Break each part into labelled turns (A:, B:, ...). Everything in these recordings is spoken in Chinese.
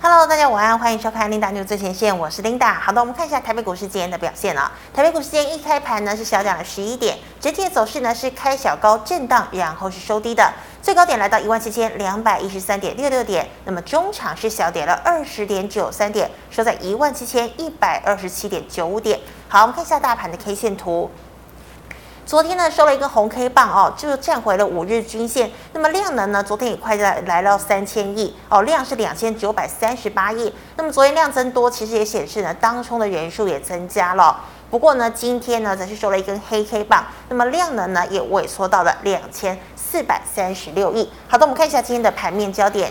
A: Hello，大家午安，欢迎收看 Linda News 最前线，我是 Linda。好的，我们看一下台北股市今天的表现啊、台北股市今天一开盘呢是小涨了十一点，整体的走势呢是开小高震荡，然后是收低的，最高点来到一万七千两百一十三点六六点，那么中场是小跌了二十点九三点，收在一万七千一百二十七点九五点。好，我们看一下大盘的 K 线图。昨天呢收了一个红 K 棒哦，就站回了五日均线。那么量能呢，昨天也快来来到三千亿哦，量是两千九百三十八亿。那么昨天量增多，其实也显示呢，当冲的人数也增加了。不过呢，今天呢则是收了一根黑 K 棒，那么量能呢也萎缩到了两千四百三十六亿。好的，我们看一下今天的盘面焦点。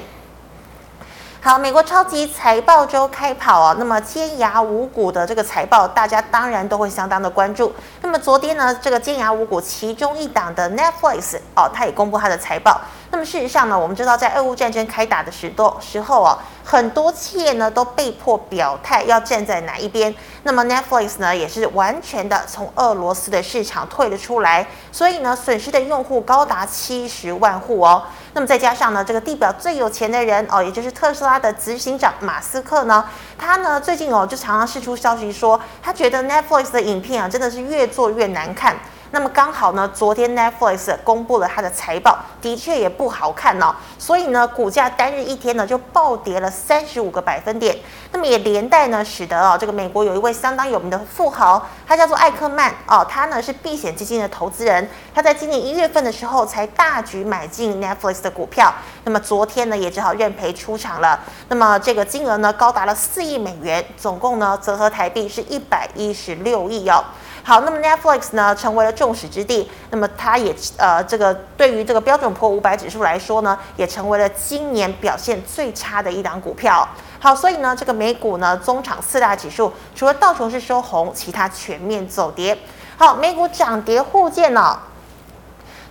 A: 好，美国超级财报周开跑哦，那么尖牙五股的这个财报，大家当然都会相当的关注。那么昨天呢，这个尖牙五股其中一档的 Netflix 哦，它也公布它的财报。那么事实上呢，我们知道在俄乌战争开打的时多时候哦，很多企业呢都被迫表态要站在哪一边。那么 Netflix 呢也是完全的从俄罗斯的市场退了出来，所以呢损失的用户高达七十万户哦。那么再加上呢，这个地表最有钱的人哦，也就是特斯拉的执行长马斯克呢，他呢最近哦就常常释出消息说，他觉得 Netflix 的影片啊真的是越做越难看。那么刚好呢，昨天 Netflix 公布了它的财报，的确也不好看哦，所以呢，股价单日一天呢就暴跌了三十五个百分点。那么也连带呢，使得哦，这个美国有一位相当有名的富豪，他叫做艾克曼哦，他呢是避险基金的投资人，他在今年一月份的时候才大举买进 Netflix 的股票，那么昨天呢也只好认赔出场了。那么这个金额呢高达了四亿美元，总共呢折合台币是一百一十六亿哦。好，那么 Netflix 呢成为了众矢之的，那么它也呃这个对于这个标准普五百指数来说呢，也成为了今年表现最差的一档股票。好，所以呢这个美股呢中场四大指数除了道琼斯收红，其他全面走跌。好，美股涨跌互见哦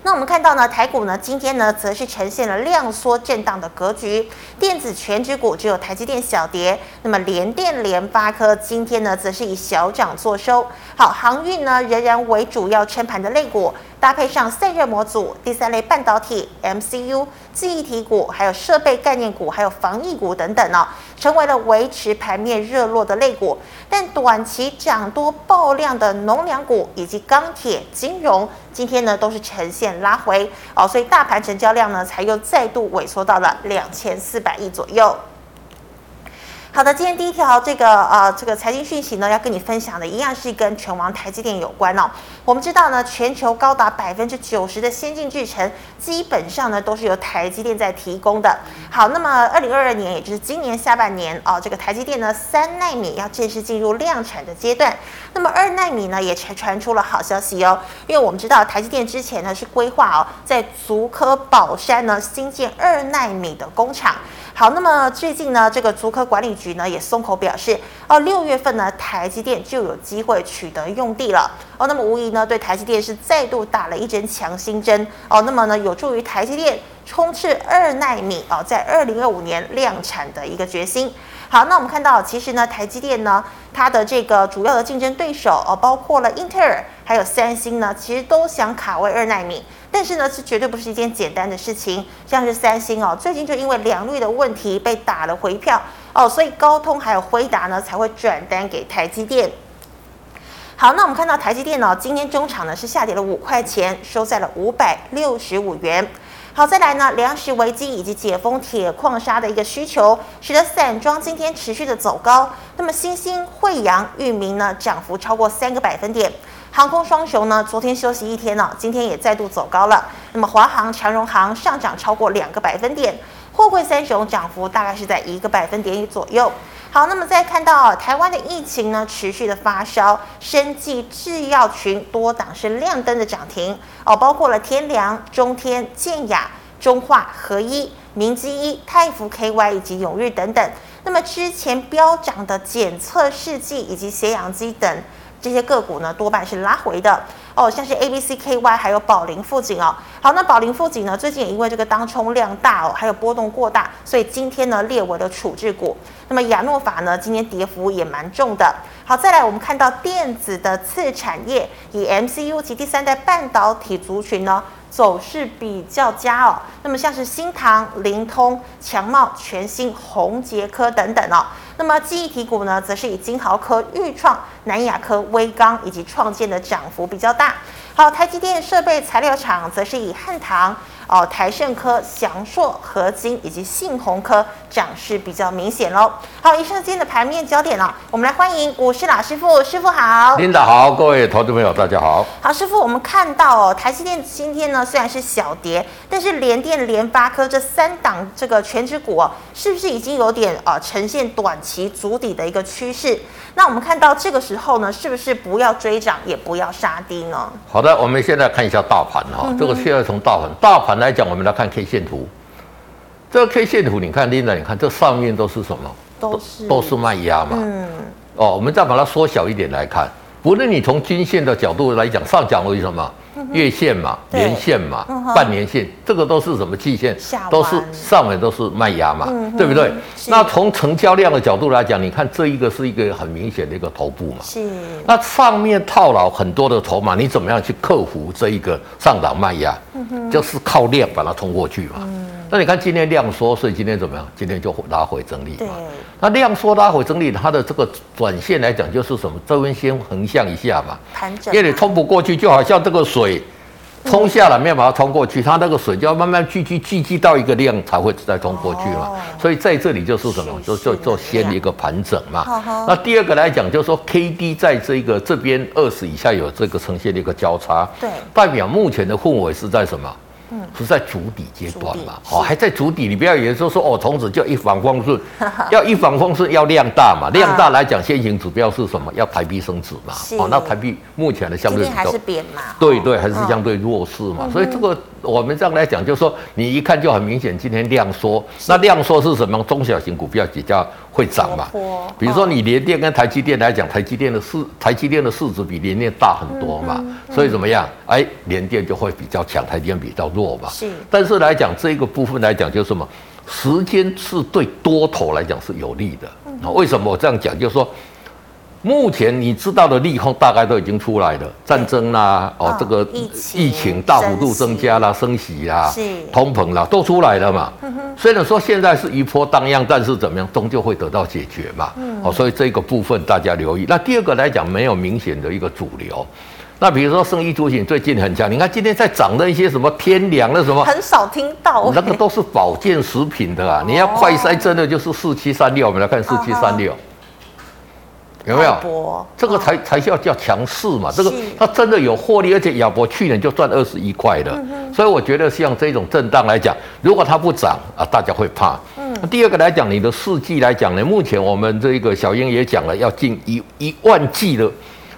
A: 呢、那我们看到呢，台股呢今天呢则是呈现了量缩震荡的格局，电子全指股只有台积电小跌，那么联电、联发科今天呢则是以小涨作收。好，航运呢仍然为主要撑盘的类股，搭配上散热模组、第三类半导体、MCU、记忆体股，还有设备概念股，还有防疫股等等哦，成为了维持盘面热络的类股。但短期涨多爆量的农粮股以及钢铁、金融，今天呢都是呈现拉回哦，所以大盘成交量呢才又再度萎缩到了两千四百亿左右。好的，今天第一条这个呃这个财经讯息呢，要跟你分享的一样是跟全网台积电有关哦。我们知道呢，全球高达百分之九十的先进制程，基本上呢都是由台积电在提供的。好，那么二零二二年，也就是今年下半年哦，这个台积电呢三纳米要正式进入量产的阶段。那么二纳米呢也传传出了好消息哦，因为我们知道台积电之前呢是规划哦在竹科宝山呢新建二纳米的工厂。好，那么最近呢，这个竹科管理局呢也松口表示，哦，六月份呢，台积电就有机会取得用地了。哦，那么无疑呢，对台积电是再度打了一针强心针。哦，那么呢，有助于台积电冲刺二纳米哦，在二零二五年量产的一个决心。好，那我们看到，其实呢，台积电呢，它的这个主要的竞争对手哦，包括了英特尔还有三星呢，其实都想卡位二纳米，但是呢，这绝对不是一件简单的事情。像是三星哦，最近就因为良率的问题被打了回票哦，所以高通还有辉达呢才会转单给台积电。好，那我们看到台积电呢，今天中场呢是下跌了五块钱，收在了五百六十五元。好，再来呢，粮食危机以及解封铁矿砂的一个需求，使得散装今天持续的走高。那么新兴、惠阳、裕民呢，涨幅超过三个百分点。航空双雄呢，昨天休息一天呢、今天也再度走高了。那么华航、长荣航上涨超过两个百分点，货柜三雄涨幅大概是在一个百分点左右。好，那么再看到啊台湾的疫情呢持续的发烧，生技制药群多档是亮灯的涨停哦，包括了天良、中天、健雅、中化、合一、明基一、泰福 KY 以及永日等等。那么之前飙涨的检测试剂以及血氧机等。这些个股呢，多半是拉回的哦，像是 A B C K Y 还有宝林富锦哦。好，那宝林富锦呢，最近也因为这个当冲量大哦，还有波动过大，所以今天呢列为了处置股。那么亚诺法呢，今天跌幅也蛮重的。好，再来我们看到电子的次产业以 M C U 及第三代半导体族群呢，走势比较佳哦。那么像是新唐、灵通、强茂、全新、宏杰科等等哦。那么记忆体股呢，则是以金豪科、裕创、南亚科、威刚以及创建的涨幅比较大。好，台积电设备材料厂则是以汉唐、哦台盛科、翔硕、合金以及信鸿科涨势比较明显喽。好，以上今天的盘面焦点哦，我们来欢迎股市老师傅，师傅 好。
B: 领导好，各位投资朋友大家好。
A: 好，师傅，我们看到哦，台积电今天呢虽然是小跌，但是联电、联发科这三档这个全指股哦，是不是已经有点呃呈现短期筑底的一个趋势？那我们看到这个时候呢，是不是不要追涨，也不要杀低呢？
B: 好的，我们现在看一下大盘
A: 嗯
B: 哈、这个需要从大盘大盘来讲，我们来看 K 线图。这个 K 线图，你看领导，你看这上面都是什么？
A: 都是
B: 都是卖压嘛。
A: 嗯，
B: 哦，我们再把它缩小一点来看，不论你从均线的角度来讲，上讲为什么？月线嘛，
A: 嗯对
B: 年线嘛
A: 嗯哼，
B: 半年线，这个都是什么季线
A: 下弯？
B: 都是上面都是卖压嘛
A: 嗯，哼
B: 对不对？
A: 是
B: 那从成交量的角度来讲，你看这一个是一个很明显的一个头部嘛。
A: 是，
B: 那上面套牢很多的筹码，你怎么样去克服这一个上涨卖压？就是靠量把它冲过去嘛。那你看今天量缩，所以今天怎么样？今天就拉回整理
A: 对
B: 嘛。，那量缩拉回整理，它的这个短线来讲就是什么？这边先横向一下嘛，
A: 盘整啊
B: 因为你冲不过去，就好像这个水冲下来没有把它冲过去，它那个水就要慢慢聚集聚集到一个量才会再冲过去嘛。
A: 哦
B: 所以在这里就是什么
A: 是？
B: 就就是就
A: 这
B: 先
A: 样
B: 一个盘整嘛。
A: 好好
B: 那第二个来讲，就是说 K D 在这个这边二十以下有这个呈现的一个交叉，
A: 对
B: 代表目前的氛围是在什么？
A: 嗯
B: 是在主底阶段嘛？哦，还在主底，你不要以为说说哦，从此就一帆风顺，要一帆风顺要量大嘛，量大来讲，先行指标是什么？要台币升值嘛
A: 嗯是。
B: 哦，那台币目前的相
A: 今
B: 对
A: 天
B: 比
A: 还
B: 较
A: 是扁嘛，
B: 对对，还是
A: 嗯
B: 相对弱势嘛。所以这个我们这样来讲，就是说你一看就很明显，今天量缩，那量缩是什么？中小型股票比较会涨嘛
A: 活泼。嗯
B: 比如说你联电跟台积电来讲，台积电的市台积电的市值比联电大很多嘛，
A: 嗯
B: 所以怎么样？哎，联电就会比较强，台积电比较弱嘛。
A: 是
B: 但是来讲这个部分来讲，就是什么？时间是对多头来讲是有利的。
A: 嗯
B: 啊为什么我这样讲？就是说。目前你知道的利空大概都已经出来了，战争啦、
A: 嗯
B: 哦，这个
A: 疫情
B: 疫情大幅度增加啦，升息啦
A: 是，嗯
B: 通膨啦，都出来了嘛。虽然说现在是一波荡漾，但是怎么样，终究会得到解决嘛。
A: 嗯
B: 哦，所以这个部分大家留意。那第二个来讲，没有明显的一个主流。那比如说生意族群最近很强，你看今天在涨的一些什么天凉的什么，
A: 很哦少听到，
B: 那个都是保健食品的啊。你要快筛真的就是四七三六，我们来看四七三六，有没有
A: 泰？哦博
B: 这个才才叫叫强势嘛，这个
A: 哦是
B: 它真的有获利，而且亚博去年就赚二十一块的，
A: 嗯
B: 所以我觉得像这种震荡来讲，如果它不涨啊，大家会怕。嗯，第二个来讲，你的四季来讲呢，目前我们这个小英也讲了，要进一一万剂的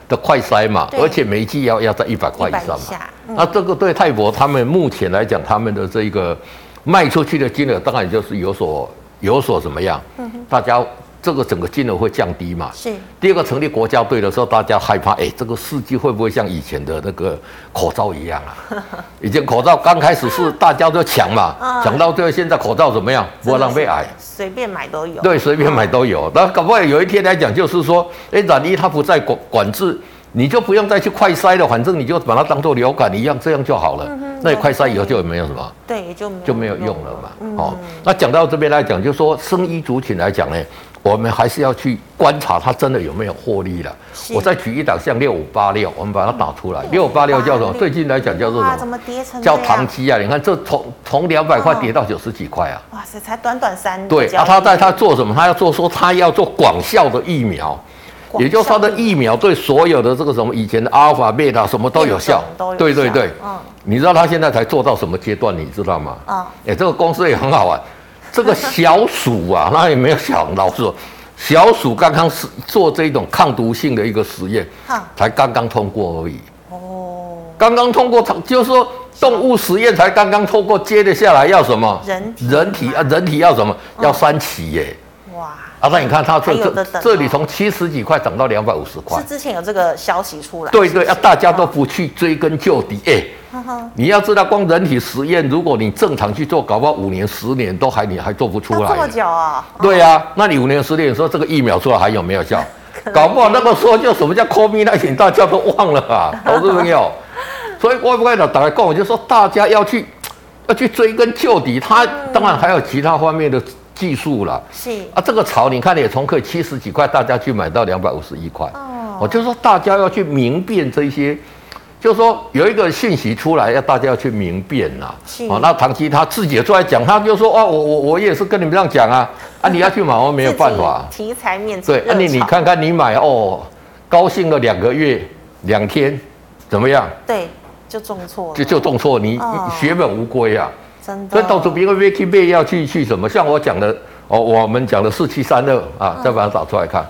B: 的快筛嘛，
A: 对
B: 而且每一剂要要在一百块
A: 100
B: 以上
A: 以
B: 嘛
A: 下。嗯
B: 那这个对泰国他们目前来讲，他们的这个卖出去的金额，当然就是有所有所怎么样，
A: 嗯
B: 大家这个整个金额会降低嘛。
A: 是
B: 第二个成立国家队的时候，大家害怕，哎、这个世纪会不会像以前的那个口罩一样啊？以前口罩刚开始是大家都抢嘛
A: 嗯，
B: 抢、到最后现在口罩怎么样？不要浪费矮，
A: 随便买都有，
B: 对，随便买都有。那搞不好有一天来讲，就是说，哎、染疫它不再管管制，你就不用再去快筛了，反正你就把它当做流感一样，这样就好了。那你快筛以后就没有什么。
A: 对，也就没
B: 就没有用了嘛。
A: 嗯
B: 哦，那讲到这边来讲，就说生医族群来讲呢，我们还是要去观察它真的有没有获利了
A: 是。
B: 我再举一档像六五八六，我们把它打出来。六五八六叫什么？最近来讲叫做
A: 哇，
B: 什
A: 怎
B: 么？
A: 么跌成
B: 叫
A: 这样
B: 唐基啊！你看这从从两百块跌到九十几块啊。
A: 哇塞，才短短三
B: 对
A: 个交
B: 啊，
A: 易
B: 他在他做什么？他要做说他要做广效的疫苗。
A: 广
B: 也就是
A: 效
B: 他的疫苗对所有的这个什么以前的阿尔法、贝塔什么都有效
A: 变种都有效，
B: 对对对，
A: 嗯
B: 你知道他现在才做到什么阶段，你知道吗？
A: 嗯
B: 哎、这个公司也很好玩，这个小鼠啊，那也没有想老鼠，小鼠刚刚是做这种抗毒性的一个实验
A: 哈，
B: 才刚刚通过而已，
A: 哦，
B: 刚刚通过，就是说动物实验才刚刚通过，接得下来要什么？
A: 人体
B: 人体啊，人体要什么？要三期耶、
A: 哇，
B: 啊，那你看
A: 还
B: 它这
A: 有的
B: 这
A: 等
B: 这
A: 哦
B: 里从七十几块涨到两百五十块
A: 是，之前有这个消息出来，
B: 对
A: 是不
B: 对
A: 是
B: 啊，大家都不去追根究底，哎、
A: 哈哈
B: 你要知道，光人体实验，如果你正常去做，搞不好五年、十年都还你还做不出
A: 要这么
B: 来。
A: 久啊，
B: 对呀、那你五年、十年说这个疫苗出来还有没有 效？搞不好那个时候就什么叫 COVID 那 i 大家都忘了啊，投资朋友。所以外不外长打来讲，我就说大家要去要去追根究底，它
A: 嗯
B: 当然还有其他方面的技术啦。
A: 是
B: 啊，这个潮你看也从可以七十几块，大家去买到两百五十一块。
A: 哦
B: 我就说大家要去明辨这些，就是说有一个讯息出来，要大家要去明辨呐、
A: 是
B: 哦，那唐吉他自己也出来讲，他就说哦，我我我也是跟你们这样讲啊，啊，你要去买，我没有办法。
A: 自己题材面
B: 对，
A: 热
B: 那、你你
A: 炒
B: 看看你买哦，高兴了两个月两天，怎么样？
A: 对就中错了，
B: 就就中错，你
A: 哦
B: 你血本无归啊！
A: 真的，
B: 所以到时候别人 Vicky 贝要去去什么？像我讲的哦，我们讲的四七三二啊，再把它打出来看。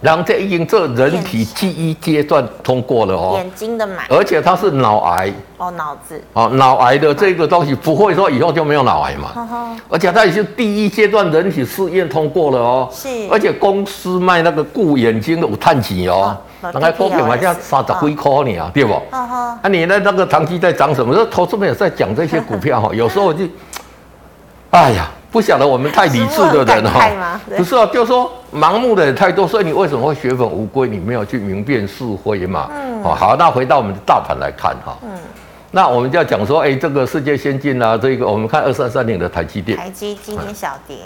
B: 然后这已经这人体记忆阶段通过了哦，
A: 眼睛的买
B: 而且它是脑癌
A: 哦脑子，
B: 哦，脑癌的这个东西不会说以后就没有脑癌嘛，
A: 哈哈，
B: 而且它已经第一阶段人体试验通过了哦，
A: 是
B: 而且公司卖那个顾眼睛的有碳钱哦
A: 哦，
B: 那个股票好像三十几块呢，对不？
A: 哈哈，
B: 啊，你那那个长期在涨什么？这投资朋友在讲这些股 票哈，有时候我就，哎呀，不晓得我们太理智的
A: 是我
B: 人
A: 很感慨吗对
B: 不是啊，就是说盲目的人太多，所以你为什么会血本无归？你没有去明辨是非嘛？
A: 嗯
B: 哦，好，那回到我们的大盘来看哈，
A: 嗯，
B: 那我们就要讲说，哎，这个世界先进啊，这个我们看二三三零的台积电，
A: 台积今天小跌，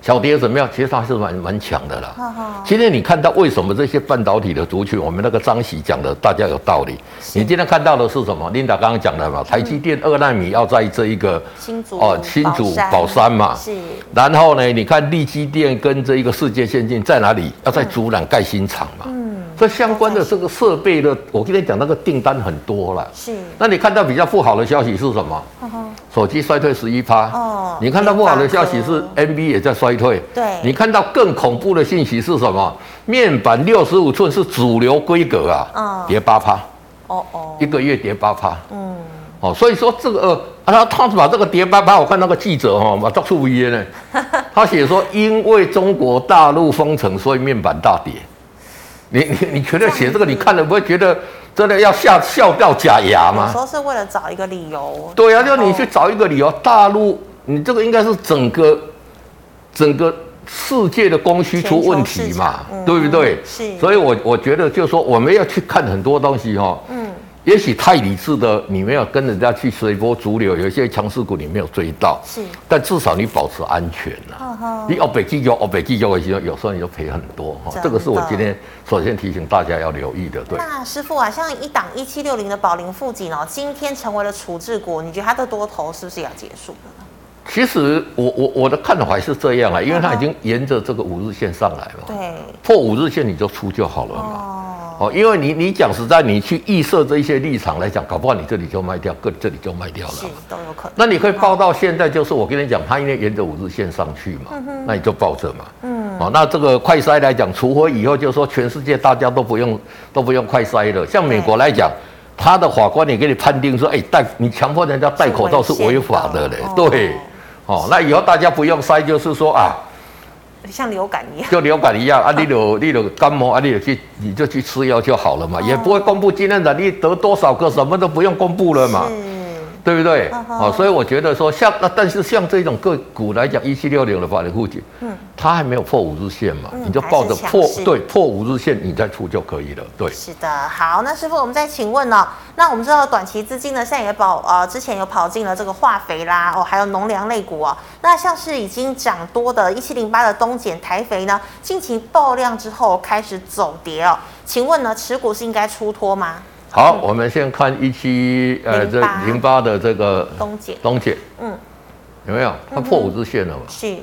B: 小跌怎么样？其实它是蛮蛮强的啦。
A: 哈哈，
B: 今天你看到为什么这些半导体的族群，我们那个张喜讲的，大家有道理。
A: 是嗯
B: 你今天看到的是什么？Linda 刚刚讲的嘛，台积电二纳米要在这一个，
A: 新竹
B: 哦新竹宝山嘛
A: 是
B: 然后呢，你看力积电跟这一个世界先进在哪里？要在竹南盖新厂嘛。
A: 嗯
B: 这相关的这个设备的，我跟你讲那个订单很多了。
A: 是，
B: 那你看到比较不好的消息是什么？
A: 哈哈，
B: 手机衰退十一趴。
A: 嗯哦
B: 你看到不好的消息是
A: 联
B: NB 也在衰退。
A: 对
B: 你看到更恐怖的信息是什么？面板六十五寸是主流规格啊，
A: 嗯
B: 跌八趴，
A: 哦哦
B: 一，个月跌八趴。
A: 嗯，
B: 哦，所以说这个呃，啊、他他把这个跌八趴，我看那个记者哈、哦，马到处约呢，他写说因为中国大陆封城，所以面板大跌。你你你觉得写这个，你看了不会觉得真的要笑笑掉假牙吗
A: 有时？候是为了找一个理由，
B: 对啊，
A: 然
B: 就
A: 后
B: 你去找一个理由，大陆你这个应该是整个整个世界的供需出问
A: 全球
B: 题嘛，
A: 市场嗯
B: 对不对？
A: 是
B: 所以我我觉得就是说我们要去看很多东西哦。
A: 嗯
B: 也许太理智的，你没有跟人家去随波逐流，有一些强势股你没有追到，
A: 是，
B: 但至少你保持安全呐、
A: 哈哈，
B: 你哦北极游，哦北极游的时候，有时候你就赔很多哈、
A: 真的
B: 这个是我今天首先提醒大家要留意的，对。
A: 那师傅啊，像一档一七六零的宝林富锦哦，今天成为了处置股，你觉得它的多头是不是也要结束了？
B: 其实我我我的看法还是这样啊，因为它已经沿着这个五日线上来嘛，
A: 对，
B: 破五日线你就出就好了嘛。
A: 哦，
B: 哦，因为你你讲实在，你去预设这一些立场来讲，搞不好你这里就卖掉，各这里就卖掉了
A: 是。都有可能。
B: 那你可以报到现在，就是我跟你讲，它因为沿着五日线上去嘛，那你就抱着嘛。
A: 嗯，
B: 哦，那这个快筛来讲，除非以后就说全世界大家都不用都不用快筛了，像美国来讲。他的法官也给你判定说，哎、戴你强迫人家戴口罩是违法的嘞，
A: 是违宪的
B: 对
A: 哦，
B: 哦，那以后大家不用筛，就是说啊，
A: 像流感一样，
B: 就流 感一样啊，你有你有感冒啊，你有去你就去吃药就好了
A: 哦
B: 嘛，也不会公布今天染疫得多少个，什么都不用公布了嘛，
A: 是
B: 对不对？
A: 嗯哼
B: 哦，所以我觉得说像那但是像这种个股来讲，一七六零的法人护颈，
A: 嗯
B: 它还没有破五日线嘛，
A: 嗯
B: 你就抱着
A: 还是
B: 破
A: 强势
B: 对破五日线你再出就可以了，对。
A: 是的，好，那师傅，我们再请问哦，那我们知道短期资金呢，现在也跑呃，之前有跑进了这个化肥啦，哦，还有农粮类股哦，那像是已经涨多的一七零八的东碱台肥呢，近期爆量之后开始走跌哦，请问呢，持股是应该出脱吗？
B: 好，我们先看一七呃这
A: 08
B: 零八的这个
A: 东碱，
B: 东姐
A: 嗯，
B: 有没有？它破五日线了嘛？
A: 是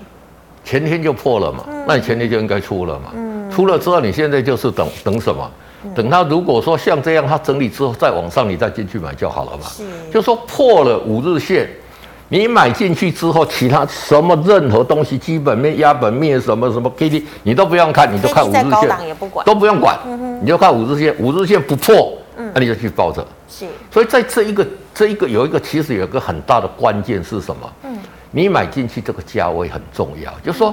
B: 前天就破了嘛，
A: 嗯
B: 那你前天就应该出了嘛。出了之后，你现在就是等等什么？
A: 嗯
B: 等它如果说像这样，它整理之后再往上，你再进去买就好了嘛。
A: 是，
B: 就说破了五日线，你买进去之后，其他什么任何东西，基本面、压本面什么什么 K D，你都不用看，你就看五
A: 在
B: 日
A: 高档
B: 线，
A: 也不管，嗯
B: 都不用管，你就看五日线，五日线不破，那你就去抱着。
A: 是
B: 所以在这一个这一个有一个其实有一个很大的关键是什么？嗯，你买进去这个价位很重要，就是说，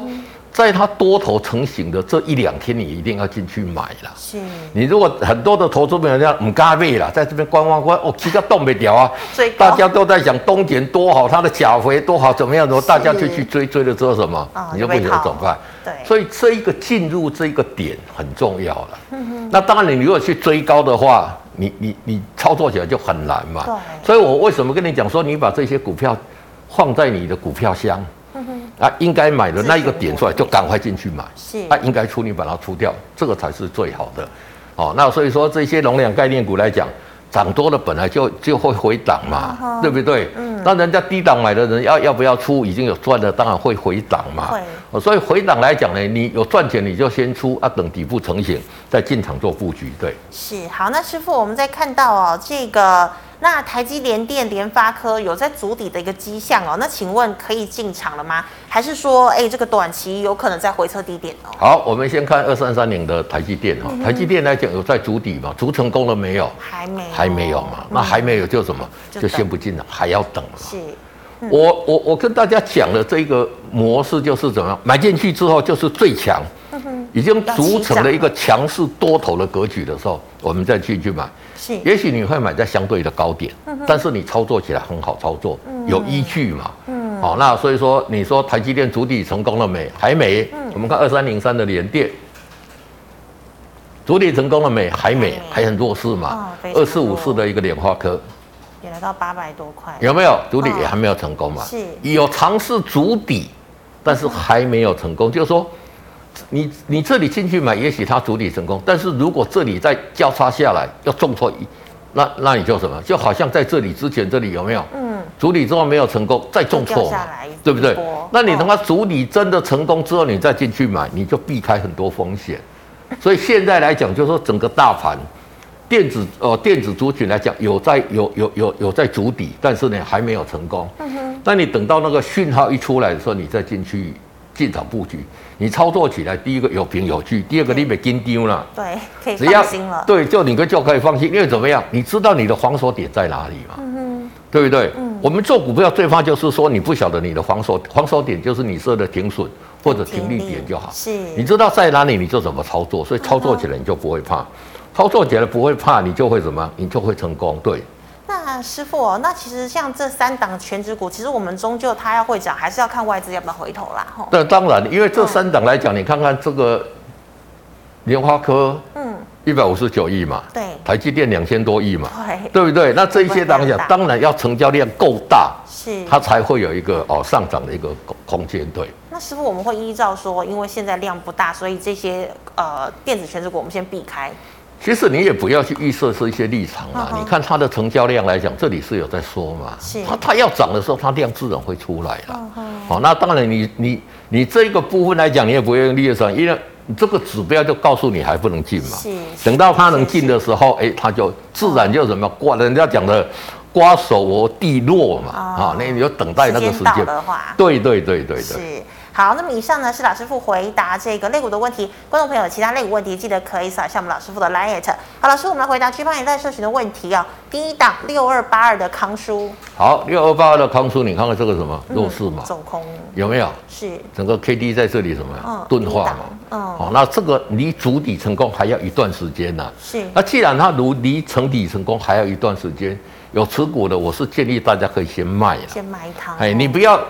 B: 在它多头成型的这一两天，你一定要进去买啦。
A: 是，
B: 你如果很多的投资朋友这样唔加倍啦，在这边观望观，哦，这个动不掉啊
A: 最，高
B: 大家都在讲东碱多好，它的钾肥多好，怎么样？然后大家就去追，追了之后什么
A: 啊，
B: 你就不晓得怎么办。
A: 对，
B: 所以
A: 嗯
B: 这一个进入这一个点很重要了。那当然，你如果去追高的话，你你你操作起来就很难嘛
A: 对。
B: 所以我为什么跟你讲说，你把这些股票放在你的股票箱，
A: 嗯
B: 啊，应该买的那一个点出来就赶快进去买，
A: 是
B: 啊，应该出你把它出掉，这个才是最好的。哦，那所以说这些容量概念股来讲。涨多了本来就就会回档嘛，
A: 嗯哼
B: 对不对？嗯，那人家低档买的人要要不要出？已经有赚的，当然会回档嘛。
A: 会
B: 哦，所以回档来讲呢，你有赚钱你就先出啊，等底部成型再进场做布局，对。
A: 是好，那师傅，我们再看到哦，这个那台积、联电、联发科有在筑底的一个迹象哦，那请问可以进场了吗？还是说，哎，这个短期有可能在回测低点哦？
B: 好，我们先看二三三零的台积电
A: 嗯
B: 哈，台积电来讲有在筑底嘛？筑成功了没有？
A: 还没，哦
B: 还没有嘛？那还没有就什么？
A: 嗯就
B: 就先不进了，还要等嘛。
A: 是
B: 我我我跟大家讲的这个模式就是怎么样，买进去之后就是最强，已经组成了一个强势多头的格局的时候，我们再进去买。
A: 是
B: 也许你会买在相对的高点，但是你操作起来很好操作，有依据嘛。嗯，好、那所以说你说台积电主底成功了没？还没。我们看二三零三的联电，主底成功了没？
A: 还
B: 还没，
A: 没
B: 还很弱势嘛
A: 哦非。常
B: 二四五四的一个莲花科，
A: 也来到八百多块，
B: 有没有主底
A: 嗯
B: 也还没有成功嘛？
A: 是
B: 有尝试主底，但是还没有成功。就是说，你你这里进去买，也许它主底成功，但是如果这里再交叉下来，要重挫一，那那你就什么？就好像在这里之前，这里有没有？
A: 嗯，
B: 主底之后没有成功，再重
A: 就
B: 挫
A: 掉下
B: 嘛
A: 来一波，
B: 对不对
A: 哦？
B: 那你等它主底真的成功之后，你再进去买，你就避开很多风险。所以现在来讲，就是说整个大盘电子呃电子族群来讲，有在有有有有在主底，但是呢还没有成功。
A: 嗯
B: 那你等到那个讯号一出来的时候，你再进去进场布局，你操作起来，第一个有凭有据，第二个你别跟丢了。
A: 对，可以
B: 只要
A: 放心了，
B: 对，就你就可以放心，因为怎么样，你知道你的防守点在哪里嘛，
A: 嗯
B: 对不对？我们做股票最怕就是说你不晓得你的防守防守点，就是你设的停损或者停利点就好。
A: 是，
B: 你知道在哪里，你就怎么操作，所以操
A: 嗯
B: 作起来你就不会怕，操作起来不会怕，你就会怎么样，你就会成功。对，
A: 那师傅哦，那其实像这三档全指股，其实我们终究它要会涨，还是要看外资要不要回头啦，吼。
B: 那当然，因为这三档来讲，你看看这个莲花科
A: 嗯，
B: 一百五十九亿嘛，
A: 对，
B: 台积电两千多亿嘛，
A: 对，
B: 对不对？那这一些档
A: 成交
B: 讲
A: 量，大
B: 当然要成交量够大，
A: 是。
B: 它才会有一个哦上涨的一个空空间。对，
A: 那师傅，我们会依照说，因为现在量不大，所以这些呃电子全指股我们先避开。
B: 其实你也不要去预设是一些立场啊
A: 嗯，哼
B: 你看它的成交量来讲，这里是有在说嘛
A: 是，
B: 它它要涨的时候，它量自然会出来啦。
A: 嗯哼，
B: 好、那当然你你你这个部分来讲，你也不会用利润上，因为这个指标就告诉你还不能进嘛
A: 是。
B: 等到它能进的时候，哎，它就自然就什么瓜，人家讲的瓜熟蒂落嘛，啊、
A: 哦
B: 那你就等待那个时
A: 到
B: 间。
A: 的话，
B: 对对对对对。
A: 是。好，那么以上呢是老师傅回答这个肋骨的问题。观众朋友，有其他肋骨问题记得可以扫一下我们老师傅的 liet。好，老师，我们来回答区胖也在社群的问题哦。第一档六二八二的康叔
B: 好，六二八二的康叔，你看看这个什么
A: 嗯
B: 弱势嘛，
A: 走空
B: 有没有？
A: 是
B: 整个 K D 在这里什么
A: 嗯
B: 呀？钝化嘛。哦
A: 低档嗯
B: 好、那这个离主底成功还要一段时间呐、
A: 是
B: 那既然它如离成底成功还要一段时间，有持股的，我是建议大家可以先卖了。
A: 先买一趟哦。
B: 哎，你不要，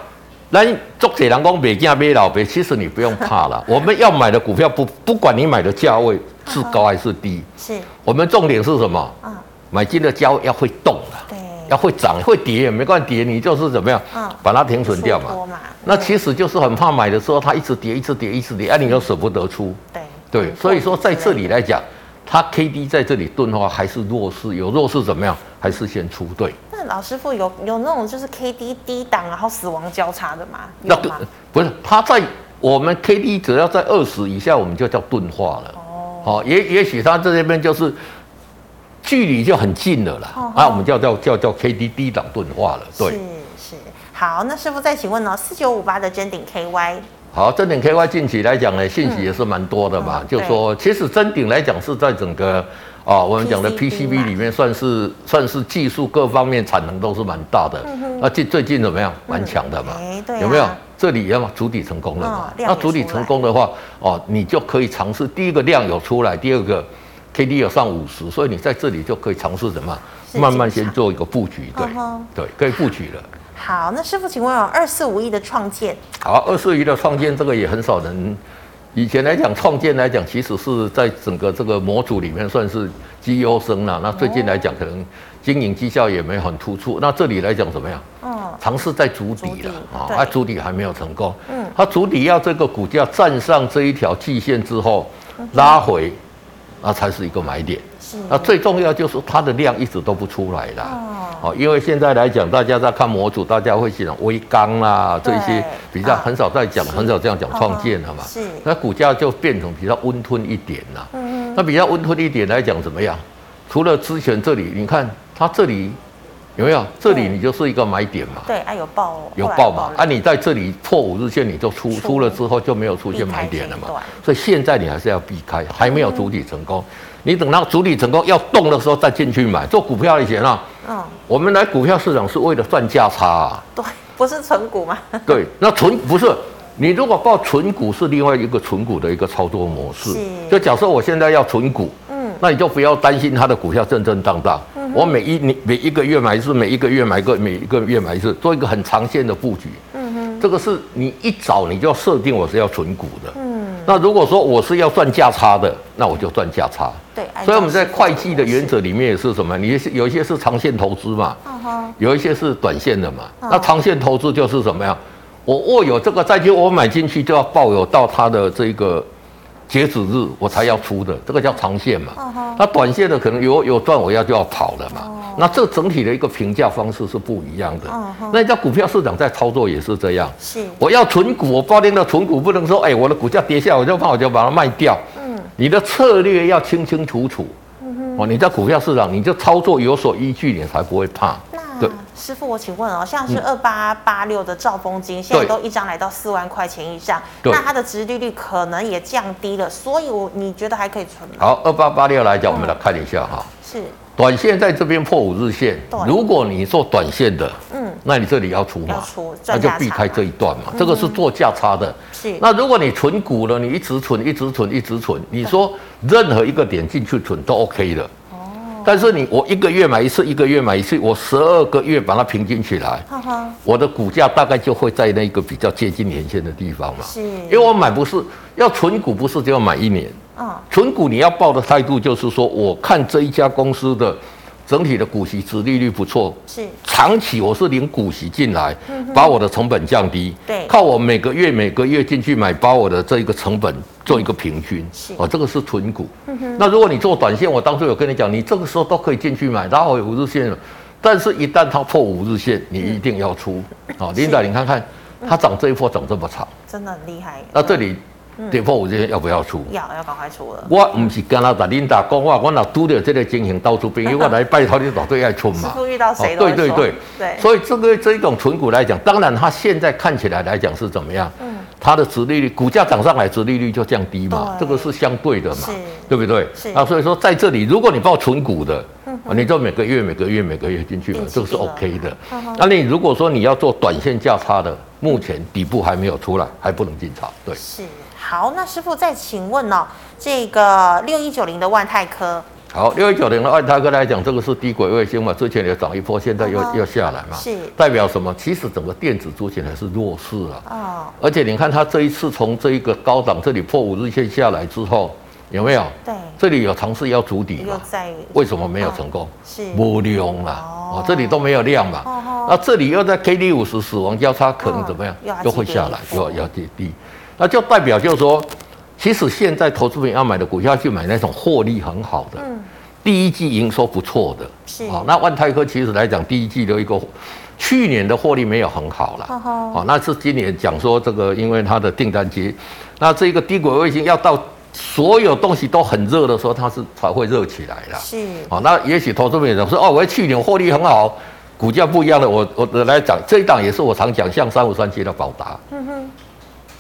B: 咱作者人讲买价买老别，其实你不用 怕了。我们要买的股票不不管你买的价位是高还 是低，
A: 是
B: 我们重点是什么？
A: 啊，
B: 买进的价位要会动的，
A: 对，
B: 要会涨会跌也没关系，跌你就是怎么样
A: 嗯，
B: 把它停损掉嘛
A: 出。脱嘛
B: 那其实就是很怕买的时候它一直跌，一直跌，一直跌，啊，你又舍不得出，
A: 对
B: 对，所以说在这里来讲，它 K D 在这里钝化还是弱势，有弱势怎么样，还是先出对。
A: 那老师傅有有那种就是 K D 低档然后死亡交叉的吗？
B: 那
A: 有
B: 个
A: 吗？
B: 不是它在我们 K D 只要在二十以下，我们就叫钝化了。
A: 哦，
B: 好、也也许它这边就是距离就很近了啦，
A: 哦
B: 啊，我们叫叫叫叫 K D 低档钝化了。对，
A: 是是。好，那师傅再请问哦，四九五八的真顶 K Y
B: 好，真顶 K Y 近期来讲呢，信息也是蛮多的嘛，
A: 嗯
B: 就说其实真顶来讲是在整个啊、我们讲的 P C
A: PCB
B: B 里面算是算是技术各方面产能都是蛮大的，
A: 嗯
B: 那近、最近怎么样，蛮强的嘛，
A: 哎对啊
B: 有没有？这里要么主体成功了嘛，
A: 嗯量
B: 那
A: 也
B: 主体
A: 出来
B: 成功的话，哦，你就可以尝试第一个量有出来，第二个 K D 有上五十，所以你在这里就可以尝试怎么样
A: 是
B: 慢慢
A: 进
B: 先
A: 场
B: 做一个布局，对、
A: 嗯哼
B: 对，可以布局了。
A: 好，那师傅请问哦，二四五一的创建
B: 啊好，二四一的创建这个也很少人以前来讲，创建来讲，其实是在整个这个模组里面算是绩优生了。那最近来讲，可能经营绩效也没有很突出。那这里来讲怎么样？
A: 嗯，
B: 尝试在筑
A: 筑
B: 底了
A: 底
B: 啊，
A: 对
B: 它筑底还没有成功。
A: 嗯
B: 它筑底要这个股价站上这一条季线之后
A: 嗯
B: 拉回，那才是一个买点。
A: 是。
B: 那最重要就是它的量一直都不出来啦。
A: 哦
B: 哦，因为现在来讲，大家在看模组，大家会讲微钢啦这
A: 对
B: 些比较
A: 啊
B: 很少在讲，
A: 是
B: 很少这样讲创建了嘛。
A: 是
B: 那股价就变成比较温吞一点啦。
A: 嗯
B: 那比较温吞一点来讲怎么样？除了之前这里，你看它这里有没有？这里
A: 对
B: 你就是一个买点嘛。
A: 对，啊有报哦，
B: 有
A: 后来
B: 爆嘛？
A: 了
B: 啊，你在这里破五日线，你就出
A: 出
B: 出了之后就没有出现买点了
A: 避开这一嗯
B: 嘛
A: 段。
B: 所以现在你还是要避开，还没有主体成功。你等到主体成功要动的时候再进去买。做股票以前啊，
A: 嗯，
B: 我们来股票市场是为了赚价差、啊。
A: 对，不是存股吗？
B: 对，那纯不是。你如果报纯股是另外一个纯股的一个操作模式
A: 是，
B: 就假设我现在要纯股，
A: 嗯，
B: 那你就不要担心它的股票震震荡荡。我每一年每一个月买一次，每一个月买一个，每一个月买一次，做一个很长线的布局。
A: 嗯哼，
B: 这个是你一早你就要设定我是要存股的。
A: 嗯，
B: 那如果说我是要赚价差的，那我就赚价差。
A: 对。按
B: 所以我们
A: 照
B: 在
A: 市
B: 会
A: 场
B: 计的
A: 模
B: 原
A: 式，
B: 则里面也是什么？你也是有一些是长线投资嘛，
A: 嗯哼，
B: 有一些是短线的嘛。
A: 嗯
B: 那长线投资就是什么呀？我握有这个债券，我买进去就要抱有到它的这个截止日，我才要出的，这个叫长线嘛。
A: 嗯哼，
B: 那短线的可能有有赚我要就要跑了嘛。那这整体的一个评价方式是不一样的
A: 嗯哼。
B: 那叫股票市场在操作也是这样。
A: 是，
B: 我要存股，我抱定的存股不能说，哎，我的股价跌下，我就怕我就把它卖掉。
A: 嗯，
B: 你的策略要清清楚楚。哦，你在股票市场，你就操作有所依据，你才不会怕。对
A: 那
B: 嗯
A: 师傅，我请问哦，像是二八八六的兆丰金，现在都一张来到四万块钱以上，
B: 对
A: 那它的殖利率可能也降低了，所以我你觉得还可以存吗？
B: 好，二八八六来讲，我们来看一下哈，
A: 是，
B: 短线在这边破五日线
A: 嗯对，
B: 如果你做短线的，
A: 嗯，
B: 那你这里要出
A: 要
B: 嘛
A: 出，
B: 那
A: 赚
B: 就
A: 价
B: 避
A: 差嗯
B: 开
A: 嘛
B: 这一段嘛，这个是做价差的。
A: 是，
B: 那如果你存股了，你一直存，一直存，一直存，你说任何一个点进去存都 OK 的。
A: 哦
B: 但是你我一个月买一次，一个月买一次，我十二个月把它平均起来，
A: 哈哈，
B: 我的股价大概就会在那个比较接近年限的地方嘛。
A: 是，
B: 因为我买不是要存股，不是就要买一年。
A: 嗯，
B: 存股你要抱的态度就是说，我看这一家公司的整体的股息值利率不错，
A: 是，
B: 长期我是领股息进来，把我的成本降低，
A: 嗯对
B: 靠我每个月每个月进去买，把我的这一个成本做一个平均
A: 是，嗯
B: 哦，这个是纯股。那如果你做短线，我当初有跟你讲，你这个时候都可以进去买，然后有五日线了，但是一旦它破五日线，你一定要出。哦，
A: 嗯是
B: 林仔，你看看它涨这一波涨这么长，
A: 真的很厉害。
B: 那这里
A: 嗯
B: 跌破五日线要不要出？
A: 要要赶快出了。
B: 我唔是跟他打领导讲话，我若拄到这个情形到处朋友，我来拜托你绝对爱冲
A: 师
B: 嘛。
A: 傅遇到谁都
B: 哦
A: 会
B: 对对
A: 说
B: 对
A: 对
B: 所以这个这一种存股来讲，当然它现在看起来来讲是怎么样？嗯，它的殖利率，股价涨上来，殖利率就降低嘛，
A: 对
B: 这个是相对的嘛
A: 是，
B: 对不对？
A: 是嗯
B: 啊，所以说在这里，如果你报存股的，啊你就每个月每个月每个月进去买
A: 定，期
B: 这个是
A: 定额
B: OK 的。
A: 嗯
B: 那你如果说你要做短线价差的，目前底部还没有出来，还不能进场，对。
A: 是好，那师傅再请问哦，这个六一九零的万泰科，
B: 好，六一九零的按它哥来讲，这个是低轨卫星嘛，之前也涨一波，现在又、
A: 嗯哼
B: 又下来嘛，
A: 是
B: 代表什么？其实整个电子族群还是弱势啊。
A: 哦，
B: 而且你看它这一次从这一个高档这里破五日线下来之后，有没有？
A: 对，
B: 这里有尝试要筑底
A: 又
B: 嘛？
A: 在哦
B: 为什么没有成功？
A: 是
B: 无量啦，
A: 哦
B: 哦，这里都没有量嘛，
A: 哦吼
B: 那这里又在 K D 五十死亡交叉，可能
A: 嗯
B: 怎么样
A: 又要？
B: 又会
A: 急跌
B: 下来，
A: 哦
B: 又要跌低，那就代表就是说，其实现在投资朋友要买的股票，去买那种获利很好的，
A: 嗯
B: 第一季营收不错的，
A: 是
B: 好、那万泰科其实来讲，第一季的一个去年的获利没有很好啦。
A: 哦吼
B: 好、那是今年讲说这个，因为它的订单接，那这个低轨卫星要到所有东西都很热的时候，它是才会热起来啦。
A: 是
B: 好、那也许投资朋友讲说，哦，我去年获利很好，股价不一样的，我我我来讲这一档也是我常讲，像三五三七的宝达，
A: 嗯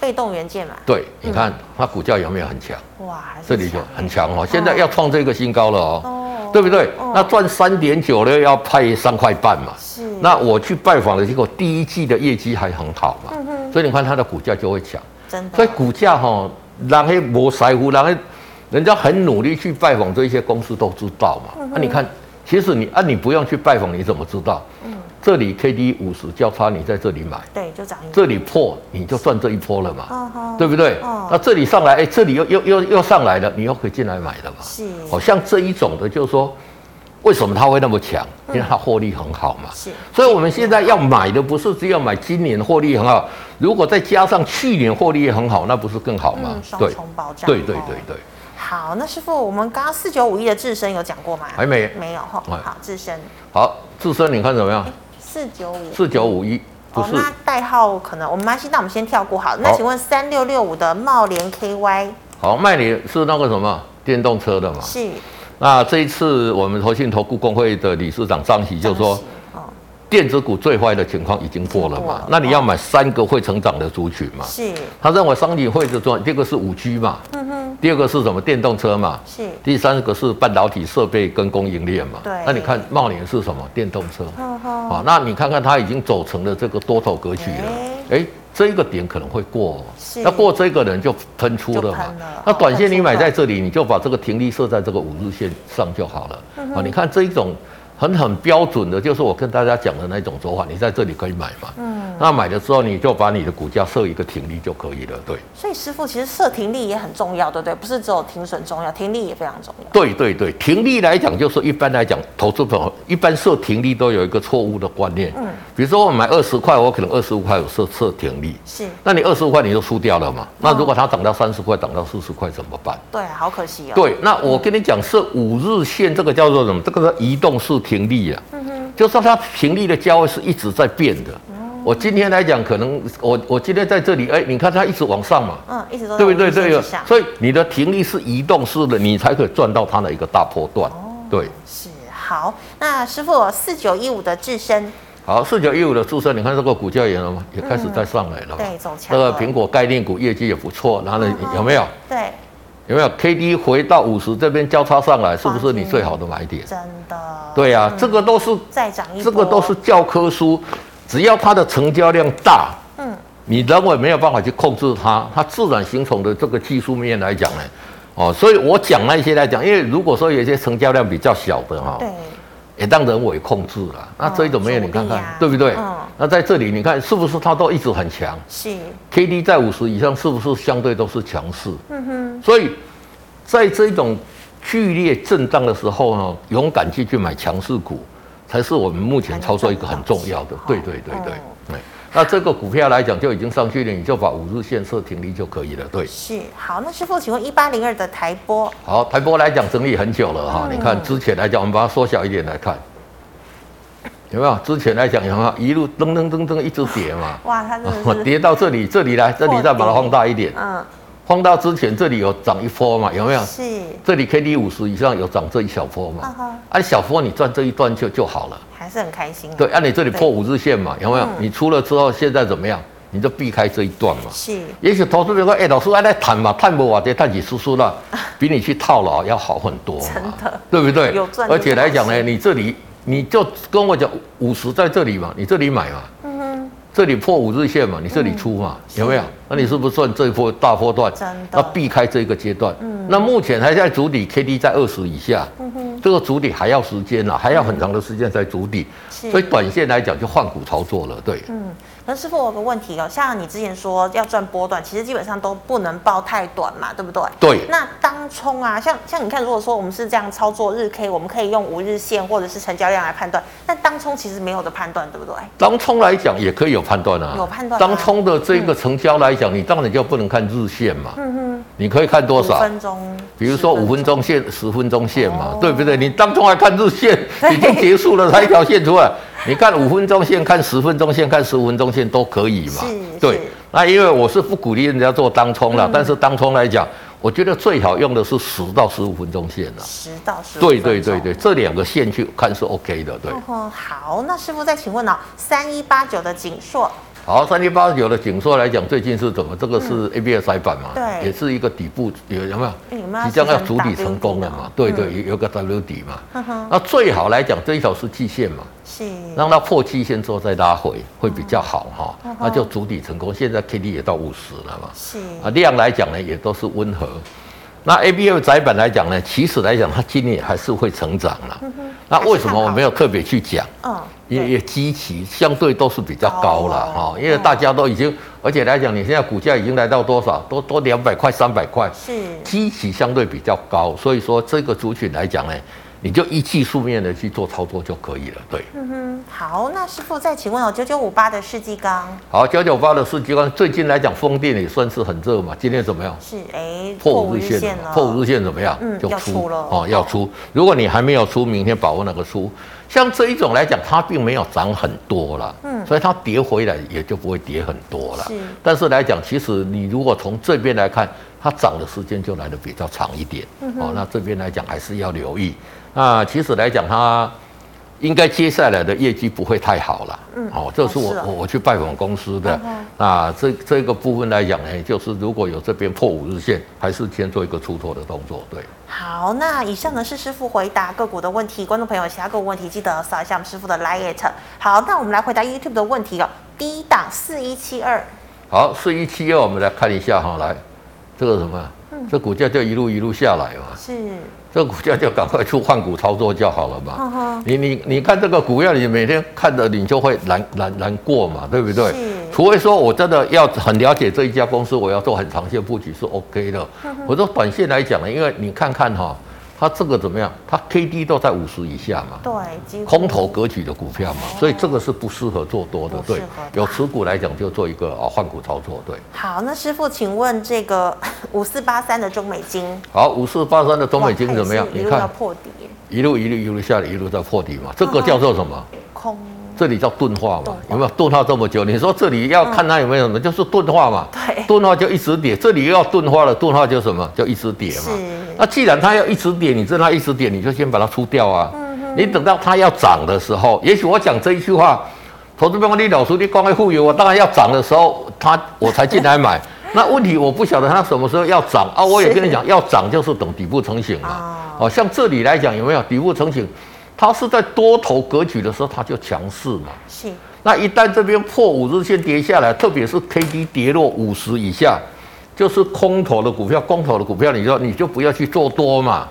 A: 被动元件嘛，
B: 对，你看它股价有没有很强？
A: 哇，还是
B: 这里就
A: 强
B: 很强哦，现在要创这个新高了哦，
A: 哦
B: 对不对？
A: 哦
B: 那赚三点九六要派三块半嘛，
A: 是
B: 那我去拜访了，结果第一季的业绩还很好嘛，
A: 嗯哼
B: 所以你看它的股价就会强。
A: 真
B: 所以
A: 的
B: 股价哈、人黑磨腮胡，人黑人家很努力去
A: 嗯
B: 拜啊
A: 嗯
B: 访这些公司都知道嘛。那、你看，其实你啊，你不用去拜访，你怎么知道？这里 K D 五十交叉，你在这里买，
A: 对，就涨一
B: 这里破你就赚这一波了嘛，
A: 哦吼，
B: 对不对？
A: 哦
B: 那这里上来，哎，这里又又又又上来了，你又可以进来买的嘛。
A: 是
B: 好、像这一种的，就是说，为什么它会那么强？因为它获利很好嘛。
A: 嗯是
B: 所以我们现在要买的不是只有买今年获利很好，如果再加上去年获利也很好，那不是更好吗
A: 嗯，？双
B: 对，
A: 重保障，
B: 对对
A: 哦
B: 对对。
A: 好，那师傅，我们刚刚四九五一的智深有讲过吗？
B: 还没
A: 没有哈。
B: 哎
A: 好，智深
B: 好，自身你看怎么样？
A: 四九五，
B: 四九五一不
A: 哎哦，
B: 是
A: 那代号可能我们没关系，那我们先跳过好了。那
B: 好啊
A: 请问三六六五的茂联 KY
B: 好卖你是那个什么电动车的嘛？
A: 是
B: 那这一次我们投信投顾工会的理事长张喜就说
A: 张，喜哦，
B: 电子股最坏的情况已经过了
A: 已经过
B: 嘛
A: 了，
B: 那你要买三个会成长的族群嘛？
A: 哦是，
B: 他认为商品会的做，第一个是五 G 嘛，
A: 嗯哼，
B: 第二个是什么电动车嘛，
A: 是，
B: 第三个是半导体设备跟供应链嘛。
A: 对
B: 那你看茂联是什么？电动车。
A: 呵呵，
B: 啊，那你看看它已经走成了这个多头格局了，哎、这一个点可能会过、哦
A: 是，
B: 那过这个人就喷出了
A: 就
B: 嘛
A: 喷了
B: 那短线你买
A: 哦喷出
B: 在这里，你就把这个停利设在这个五日线上就好了。
A: 嗯
B: 啊，你看这一种很很标准的，就是我跟大家讲的那种走法，你在这里可以买嘛。
A: 嗯，
B: 那买了之后，你就把你的股价设一个停利就可以了。对，
A: 所以师傅其实设停利也很重要，对不对？不是只有停损重要，停利也非常重要。
B: 对对对，停利来讲，就是一般来讲，投资朋友一般设停利都有一个错误的观念。
A: 嗯
B: 比如说我买二十块，我可能二十五块我设设停利，
A: 是，
B: 那你二十块你就输掉了
A: 哦
B: 嘛。那如果它涨到三十块，涨到四十块怎么办？
A: 对啊，好可惜哦。，
B: 对，那我跟你讲，是五日线这个叫做什么？这个叫移动式停利啊，
A: 嗯
B: 就是说它停利的价位是一直在变的。
A: 哦
B: 我今天来讲，可能我我今天在这里，哎、你看它一直往上嘛，
A: 嗯，一直都在
B: 对不对？
A: 五日线
B: 对
A: 之上
B: 所以你的停利是移动式的，你才可以赚到它的一个大波段。
A: 哦
B: 对，
A: 是好。那师傅四九一五的智深
B: 好，四九一五的自身，你看这个股价也了吗？也开始在上来了嘛、
A: 对走强
B: 这
A: 了嗯
B: 个苹果概念股业绩也不错，然后呢，有没有？
A: 对，
B: 有没有 K D 回到五十这边交叉上来，是不是你最好的买点？
A: 真的
B: 对呀、这个都是
A: 再涨一
B: 这个
A: 波
B: 都是教科书，只要它的成交量大，
A: 嗯，
B: 你人为没有办法去控制它，它自然形成的这个技术面来讲呢，哦，所以我讲那些来讲，因为如果说有一些成交量比较小的哈、
A: 对
B: 也当人为控制了，那这一种没有，
A: 主
B: 你看看、
A: 力啊
B: 对不对？
A: 嗯
B: 那在这里你看是不是它都一直很强
A: 是，
B: ？K D 在五十以上是不是相对都是强势？
A: 嗯哼，
B: 所以在这种剧烈震荡的时候呢，勇敢去去买强势股，才是我们目前操作一个很重要的。
A: 才
B: 对
A: 能赚
B: 对
A: 到
B: 对
A: 钱哦
B: 对，对。那这个股票来讲就已经上去了，你就把五日线设停利就可以了。对，
A: 是好。那师傅，请问一八零二的台波
B: 好，台波来讲整理很久了哈，
A: 嗯
B: 你看之前来讲，我们把它缩小一点来看。有没有？之前来讲，有没有一路噔噔噔噔一直跌嘛？
A: 哇，它真的是
B: 哦 跌到这里，这里来，这里再把它放大一点，
A: 嗯
B: 放大之前这里有涨一波嘛？有没有？
A: 是
B: 这里 K D 五十以上有涨这一小波
A: 啊哈
B: 嘛？啊，小波你赚这一段就就好了。
A: 还是很开心啊。
B: 对，按、你这里破五日线嘛，有
A: 嗯
B: 没有？你出了之后，现在怎么样？你就避开这一段嘛。
A: 是
B: 也许投资者说：“哎、老师，还在谈嘛，探不瓦跌，探起叔叔 了，比你去套牢要好很多嘛，
A: 真的
B: 对不对？
A: 有赚就
B: 而且来讲呢，你这里你就跟我讲五十在这里嘛，你这里买嘛，
A: 嗯哼，
B: 这里破五日线嘛，你这里出嘛，有没有？那你是不是算这一波大波段？
A: 嗯真的嗯
B: 那避开这个阶段。那目前还在主底，K D 在二十以下，这个主底还要时间啊啦，还要很长的时间才主底，
A: 嗯是
B: 所以短线来讲就换股操作了，对。
A: 嗯。可是师傅，我有个问题哦，像你之前说要赚波段，其实基本上都不能报太短嘛，对不对？
B: 对
A: 那当冲啊，像像你看，如果说我们是这样操作日 K，我们可以用五日线或者是成交量来判断，但当冲其实没有的判断，对不对？
B: 当冲来讲也可以有判断啊，
A: 有判断啊
B: 当冲的这个成交来讲，你当然就不能看日线嘛，
A: 嗯
B: 你可以看多
A: 哼，五
B: 少？
A: 分钟，
B: 比如说
A: 10
B: 五分钟线、十分钟线嘛，对不
A: 哦
B: 对？你当中还看日线，已经结束了，才一条线出 来。你看五分钟线、看十分钟线、看十五分钟线都可以嘛
A: 是。是嗯
B: 对，那因为我是不鼓励人家做当冲了，但是当冲来讲，我觉得最好用的是十到十五分钟线了。
A: 十到十
B: 对对对对，。这两个线去看是 OK 的。对，
A: 哦，好，那师傅再请问哦，三一八九的景硕
B: 好，三七八九的紧缩来讲，最近是怎么？这个是 ABS 窄板嘛，
A: 嗯对
B: 也是一个底部有有没有？
A: 哎有没有
B: 即将要
A: 形成
B: 主
A: 打嗯
B: 底
A: 底
B: 成功了
A: 了
B: 嘛？对对，有有个 W 底嘛。
A: 呵呵
B: 那最好来讲，这一条是季线嘛，
A: 是
B: 让它破季线之后再拉回会比较好哈、
A: 嗯
B: 那就主底成功。现在 K D 也到五十了嘛，啊
A: 是
B: 啊量来讲呢也都是温和。那 A B F 窄板来讲呢，其实来讲它今年还是会成长了。那为什么我没有特别去讲？
A: 嗯，
B: 也也基期相对都是比较高了
A: 高
B: 哈、
A: 了
B: 因为大家都已经，而且来讲，你现在股价已经来到多少？都都两百块、三百块，
A: 是
B: 基期相对比较高，所以说这个族群来讲呢，你就依技术面的去做操作就可以了。对，
A: 嗯哼，好，那师傅再请问哦，九九五八的世纪钢
B: 好，九九八的四机关最近来讲，风电也算是很热嘛，今天怎么样？
A: 是哎
B: 破五日线了
A: 了，
B: 嘛，破五日线怎么样？
A: 嗯要出了
B: 哦，要出。如果你还没有出，明天把握那个出。像这一种来讲，它并没有涨很多啦，
A: 嗯
B: 所以它跌回来也就不会跌很多了。
A: 是
B: 但是来讲，其实你如果从这边来看，它涨的时间就来的比较长一点。
A: 嗯
B: 哦，那这边来讲还是要留意。那其实来讲，它应该接下来的业绩不会太好了。
A: 嗯
B: 哦，这是
A: 哦
B: 我
A: 是哦
B: 我我去拜访公司的
A: 嗯哼。
B: 那这这个部分来讲呢，就是如果有这边破五日线，还是先做一个出脱的动作。对，
A: 好，那以上呢是师傅回答个股的问题，观众朋友有其他个股问题记得扫一下我们师傅的 liet。好，那我们来回答 YouTube 的问题哦。第一档四一七二，
B: 好，四一七二，我们来看一下哈，来，这个什么，这股价就一路一路下来哦嘛，
A: 是，
B: 这股价就赶快去换股操作就好了嘛。
A: 哼哼，
B: 你你你看这个股票，你每天看着你就会难难难过嘛，对不对
A: 是？
B: 除非说我真的要很了解这一家公司，我要做很长线布局是 OK 的。我说短线来讲呢，因为你看看哈、它这个怎么样？它 K D 都在五十以下嘛，
A: 对，几乎
B: 空头格局的股票嘛，所以这个是不适合做多的。
A: 哦不适
B: 对
A: 合，
B: 有持股来讲就做一个啊换股操作。对，
A: 好，那师傅，请问这个 五四八三的中美金，
B: 好，五四八三的中美金怎么样
A: 哇？它也
B: 你
A: 是一路要
B: 看
A: 破底耶，
B: 一路一路一路下来，一路在破底嘛，这个叫做什么？
A: 空
B: 这里叫钝化
A: 钝
B: 嘛
A: 化，
B: 有没有钝化这么久？你说这里要看它有没有什么，就是钝化嘛。
A: 对
B: 钝化就一直跌，这里又要钝化了，钝化就什么？就一直跌嘛
A: 是。
B: 那既然它要一直跌，你知道它一直跌，你就先把它出掉啊。
A: 嗯
B: 你等到它要涨的时候，也许我讲这一句话，投资朋友，你老叔，你光会忽悠我，当然要涨的时候，它我才进 来买。那问题我不晓得它什么时候要涨啊！我也跟你讲，要涨就是等底部成型嘛。
A: 啊
B: 哦，像这里来讲有没有底部成型？它是在多头格局的时候，它就强势嘛。
A: 是
B: 那一旦这边破五日线跌下来，特别是 K D 跌落五十以下，就是空头的股票，空头的股票，你就你就不要去做多嘛。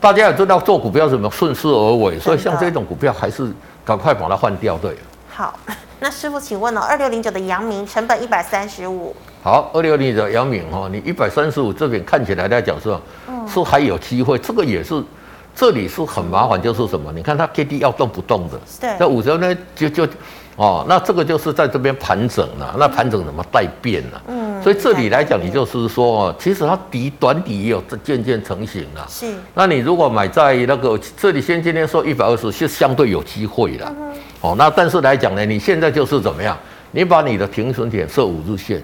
B: 大家也知道做股票怎么顺势而为，所以像这种股票还是赶快把它换掉，对。
A: 好。那师傅，请问哦，二六零九的阳明成本一百三十五，
B: 好，二六零的杨敏哈，你一百三十五这边看起来来讲是吧是还有机会，这个也是，这里是很麻烦，就是什么？你看它 K D 要动不动的，
A: 对
B: 那五十呢就就，哦，那这个就是在这边盘整了、那盘整怎么待变呢、
A: 嗯
B: 所以这里来讲，你就是说哦，其实它底短底也有渐渐成型了、
A: 是
B: 那你如果买在那个这里，先今天说一百二十是相对有机会
A: 嗯
B: 啦。哦，那但是来讲呢，你现在就是怎么样？你把你的停损点设五日线，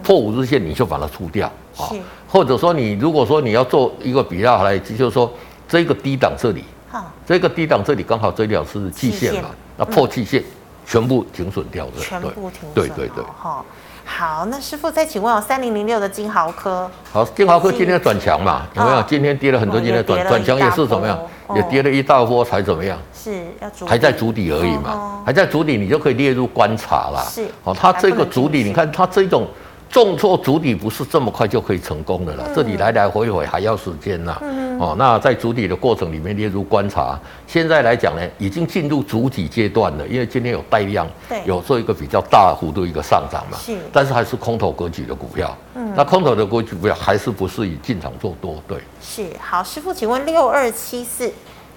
B: 破五日线你就把它出掉啊
A: 嗯是。
B: 或者说你如果说你要做一个比较来，就是说这个低档这里，
A: 哈，
B: 这个低档这里刚好这条是季线
A: 季线嗯
B: 嘛，那破季线全部停损掉的，
A: 全
B: 对
A: 部停损哦
B: 对对对。
A: 哈。好，那师傅再请问哦，三零零六的金豪科
B: 好，金豪科今天转强嘛？有没有？
A: 哦
B: 今天跌了很多，
A: 哦
B: 今天
A: 也
B: 转
A: 跌了
B: 转
A: 一
B: 强
A: 大
B: 也是怎么样？
A: 波
B: 也
A: 哦
B: 跌了一大波才怎么样？
A: 是要主
B: 还在主底而已嘛
A: 嗯，
B: 还在主底，你就可以列入观察啦。
A: 是
B: 哦，它这
A: 还不
B: 个
A: 能
B: 主
A: 进
B: 底，
A: 去
B: 你看它这种重挫主底不是这么快就可以成功的啦，
A: 嗯
B: 这里来来回回还要时间呐。哦，那在主底的过程里面列入观察，现在来讲呢，已经进入主底阶段了，因为今天有带量
A: 对，
B: 有做一个比较大幅度一个上涨嘛。
A: 是嗯
B: 但是还是空头格局的股票。那空头的格局股票还是不是以进场做多？对。
A: 是好，师傅，请问六二七四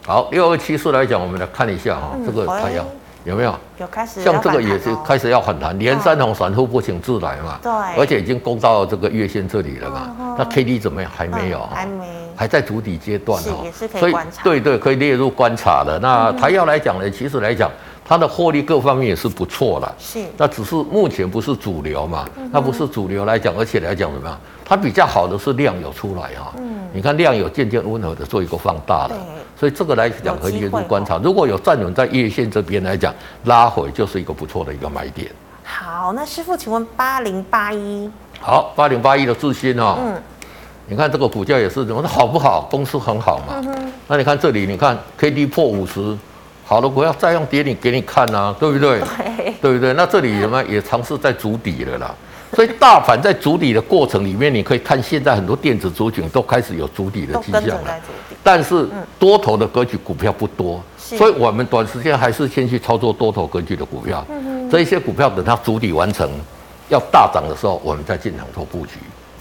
B: 好，六二七四来讲，我们来看一下哈、
A: 嗯
B: 这个
A: 哎
B: 它要有没有？
A: 有开始
B: 像
A: 要
B: 这个
A: 反弹
B: 也是
A: 哦
B: 开始要反弹，连三红散户不请自来嘛。
A: 对
B: 而且已经攻到这个月线这里了
A: 嗯
B: 嘛。那 K D 怎么样？还没有
A: 嗯
B: 哦，
A: 还没
B: 还在主底阶段
A: 是
B: 哦
A: 也是可以
B: 所以
A: 观察嗯
B: 对对，可以列入观察的。那台药来讲呢，其实来讲，它的获利各方面也是不错了。
A: 是
B: 那只是目前不是主流嘛，
A: 嗯
B: 那不是主流来讲，而且来讲怎么样？它比较好的是量有出来哈、你看量有渐渐温和的做一个放大了
A: 嗯对，
B: 所以这个来讲
A: 有
B: 可以
A: 机
B: 列入
A: 会
B: 观察。如果有站稳在月线这边来讲，拉回就是一个不错的一个买点。
A: 好，那师傅，请问八零八 一，
B: 好，八零八一的智新哦，
A: 嗯，
B: 你看这个股价也是，我说好不好？公司很好
A: 嗯
B: 嘛。那你看这里，你看 K D 破五十，好的股票再用跌你给你看啊，对不对？
A: 对，
B: 对不对？那这里什么也尝试在筑底了啦。所以大盘在筑底的过程里面，你可以看现在很多电子族群都开始有筑底的
A: 都
B: 迹
A: 跟
B: 象
A: 着
B: 了
A: 在。筑底。嗯
B: 但是多头的格局股票不多，
A: 是
B: 所以我们短时间还是先去操作多头格局的股票。
A: 嗯
B: 这一些股票等它筑底完成，要大涨的时候，我们再进场做布局。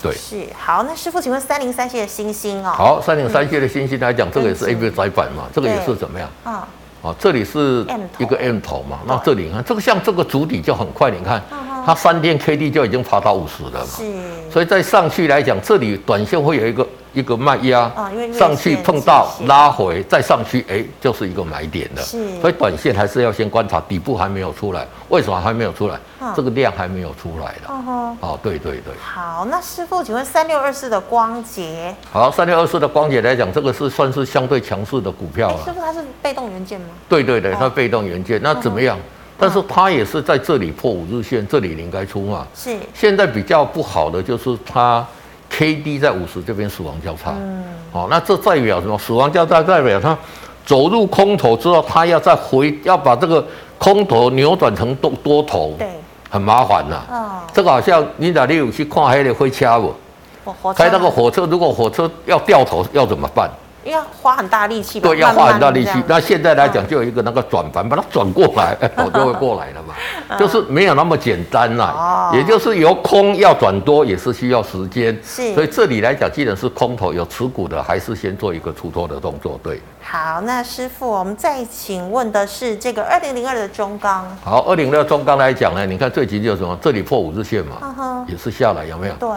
B: 对，
A: 是好，那师傅，请问三零三七的星星哦，
B: 好，三零三七的星星来讲，这个也是
A: 嗯
B: A B 窄板嘛，这个也
A: 对
B: 是怎么样？
A: 啊、
B: 啊，这里是
A: M 头
B: 一个 M 头嘛，那这里你看，这个像这个主底就很快，你看它三天 K D 就已经爬到五十了嘛，
A: 嗯是，
B: 所以再上去来讲，这里短线会有一个一个卖压
A: 啊因为月，线
B: 上去碰到
A: 季线
B: 拉回，再上去，哎，就是一个买点了。
A: 是
B: 所以短线还是要先观察底部还没有出来，为什么还没有出来
A: 嗯？
B: 这个量还没有出来了。
A: 哦吼，
B: 哦，对对对，
A: 好，那师傅，请问三六二四的光洁，
B: 好，三六二四的光姐来讲，这个是算是相对强势的股票
A: 哎、
B: 了
A: 师。傅他是被动元件吗？
B: 对对对，
A: 哦
B: 它被动元件，那怎么样？但是它也是在这里破五日线，这里你应该出嘛。
A: 是，
B: 现在比较不好的就是它 K D 在五十这边死亡交叉，
A: 嗯
B: 哦，那这代表什么？死亡交叉代表它走入空头之后，它要再回，要把这个空头扭转成多多头，
A: 对，
B: 很麻烦呐、
A: 哦，
B: 这个好像你哪里有去看黑的会掐我？
A: 我活
B: 开那个火车，如果火车要掉头要怎么办？
A: 因为要花很大力气吧，
B: 对，要花很大力气
A: 慢。慢这
B: 那
A: 样
B: 现在来讲，就有一个那个转盘，把它转过 来，我就会过来了嘛。就是没有那么简单啦，
A: 嗯哦
B: 也就是由空要转多，也是需要时间。
A: 是
B: 所以这里来讲，既然是空头有持股的，还是先做一个出脱的动作。对，
A: 好，那师傅，我们再请问的是这个二零零二的中钢，
B: 好，二零六中刚来讲呢，你看最近就是什么？这里破五日线嘛，
A: 嗯哼，
B: 也是下来，有没有
A: 对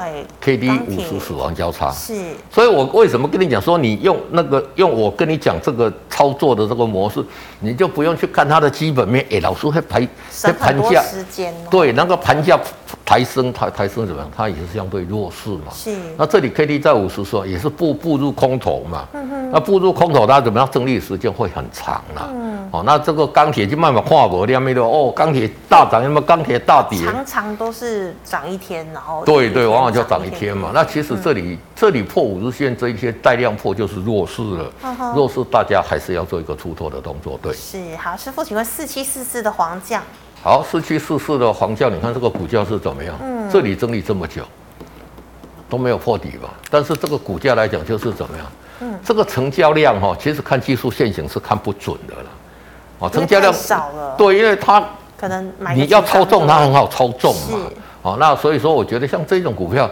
B: ？K D
A: 钢
B: 五
A: 铁
B: 十死亡交叉。
A: 是，
B: 所以我为什么跟你讲说，你用那个用我跟你讲这个操作的这个模式，你就不用去看它的基本面。哎、老师会排在
A: 省很
B: 盘
A: 多
B: 价，
A: 时间哦，
B: 对，那个盘价抬升，抬抬升怎么样？它也是相对弱势嘛。
A: 是，
B: 那这里 K D 在五十说也是步步入空头嘛，
A: 嗯
B: 那步入空头，它怎么样？整理时间会很长啦、
A: 嗯
B: 哦，那这个钢铁就慢慢跨不亮面的哦，钢铁大涨，那么钢铁大跌，
A: 常常都是涨一天，然后
B: 对
A: 一
B: 对，
A: 天嗯
B: 往往就涨一天嘛。那其实这里、这里破五日线这一些带量破就是弱势了，
A: 嗯哼
B: 弱势大家还是要做一个出脱的动作。对，
A: 是好，师傅，请问四七四四的黄酱
B: 好，四七四四的黄教，你看这个股价是怎么样？
A: 嗯
B: 这里整理这么久都没有破底吧？但是这个股价来讲就是怎么样？
A: 嗯
B: 这个成交量哈、哦，其实看技术线型是看不准的啦。哦，
A: 因为
B: 成交量
A: 太少了
B: 对，因为它
A: 可能买个
B: 你要
A: 几张
B: 操纵它
A: 就
B: 很好操纵
A: 是。
B: 嘛哦，那所以说我觉得像这种股票，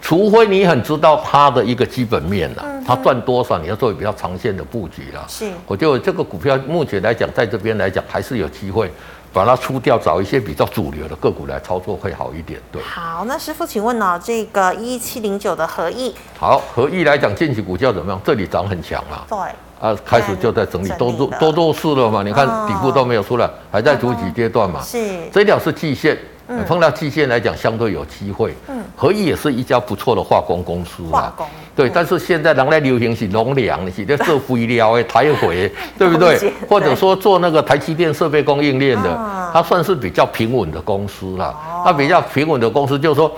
B: 除非你很知道它的一个基本面啦，
A: 嗯
B: 它赚多少，你要做比较长线的布局啦。
A: 是
B: 我觉得这个股票目前来讲，在这边来讲还是有机会把它出掉，找一些比较主流的个股来操作会好一点。对，
A: 好。那师傅，请问哦，这个一七零九的合意，
B: 好，合意来讲，近期股价怎么样？这里涨很强啊。
A: 对，
B: 啊，开始就在整理，
A: 整理
B: 都弱
A: 了
B: 都弱势了嘛？你看
A: 哦
B: 底部都没有出来，还在
A: 嗯
B: 主体阶段嘛？
A: 是
B: 这条是季线，
A: 嗯
B: 碰到季线来讲相对有机会。嗯，合益也是一家不错的化工公司
A: 化
B: 啊。
A: 工，嗯
B: 对，但是现在人在流行是农粮，是在做肥料哎，台 回，对不
A: 了
B: 对
A: 解？
B: 或者说做那个台积电设备供应链的
A: 啊，
B: 它算是比较平稳的公司啦
A: 哦。
B: 那比较平稳的公司就是说，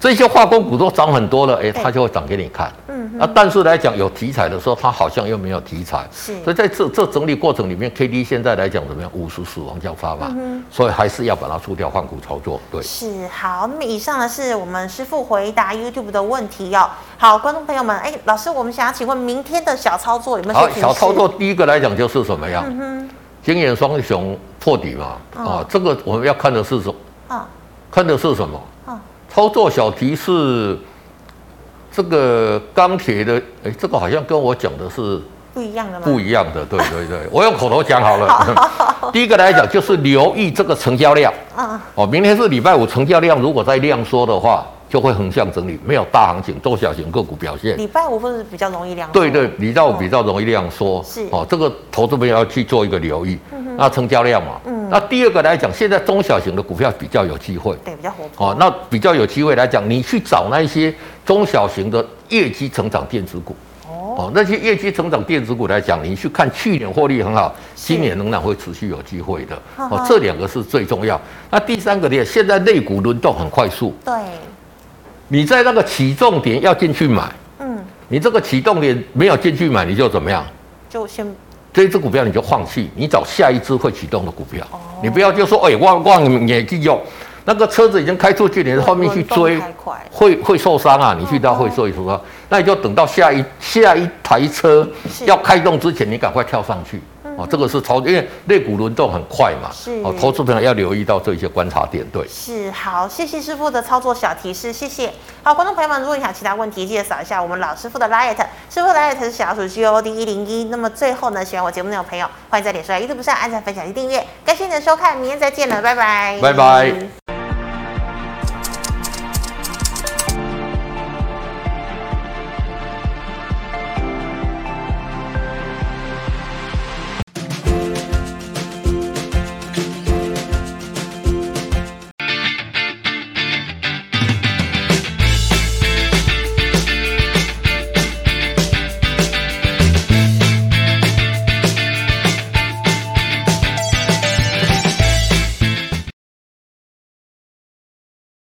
B: 这些化工股都涨很多了，哎，
A: 对
B: 它就会涨给你看。
A: 嗯
B: 那但是来讲有题材的时候，它好像又没有题材，
A: 是
B: 所以在这这整理过程里面，K D 现在来讲怎么样？五十死亡交叉嘛，所以还是要把它出掉换股操作。对，
A: 是好。那么以上呢是我们师傅回答 YouTube 的问题哦。好，观众朋友们，哎，老师，我们想要请问明天的小操作有没有
B: 好
A: 些，提示
B: 小操作第一个来讲就是什么样？
A: 嗯
B: 金眼双雄破底嘛，啊，这个我们要看的是什？
A: 啊？
B: 看的是什么？
A: 嗯
B: 操作小提示，这个钢铁的，哎，这个好像跟我讲的是
A: 不一样的吗？
B: 不一样的，对对对，我用口头讲好了。第一个来讲就是留意这个成交量，
A: 嗯
B: 哦，明天是礼拜五，成交量如果再量缩的话，就会横向整理，没有大行情，中小型个股表现。
A: 礼拜五不是比较容易量？
B: 对对，比较比较容易量缩，
A: 是
B: 哦，这个投资朋友要去做一个留意。那成交量嘛，那第二个来讲，现在中小型的股票比较有机会，
A: 对，比较活泼。
B: 哦，那比较有机会来讲，你去找那一些中小型的业绩成长电子股。
A: 哦，
B: 哦，那些业绩成长电子股来讲，你去看去年获利很好，
A: 是
B: 今年仍然会持续有机会的。
A: 哈
B: 哦
A: 哈，
B: 这两个是最重要。那第三个点，现在类股轮动很快速，
A: 对，
B: 你在那个起重点要进去买，
A: 嗯，
B: 你这个起重点没有进去买，你就怎么样？
A: 就先
B: 这一只股票你就放弃，你找下一只会启动的股票。你不要就说，哎、我我眼去用，那个车子已经开出去，你后面去追
A: 轮动太快了，
B: 会会受伤
A: 嗯
B: 啊！你去到会受伤，那你就等到下一下一台车
A: 是嗯
B: 要开动之前，你赶快跳上去。哦，这个是超，因为肋骨轮动很快嘛。
A: 是
B: 哦，投资朋友要留意到这些观察点，对。
A: 是好，谢谢师傅的操作小提示，谢谢。好，观众朋友们，如果你想其他问题，记得扫一下我们老师傅的 liet，师傅的 liet 是小老鼠 G O D 一零一。那么最后呢，喜欢我节目内容的朋友，欢迎在脸书、YouTube 上按赞、分享及订阅。感谢你的收看，明天再见了，拜拜，
B: 拜拜。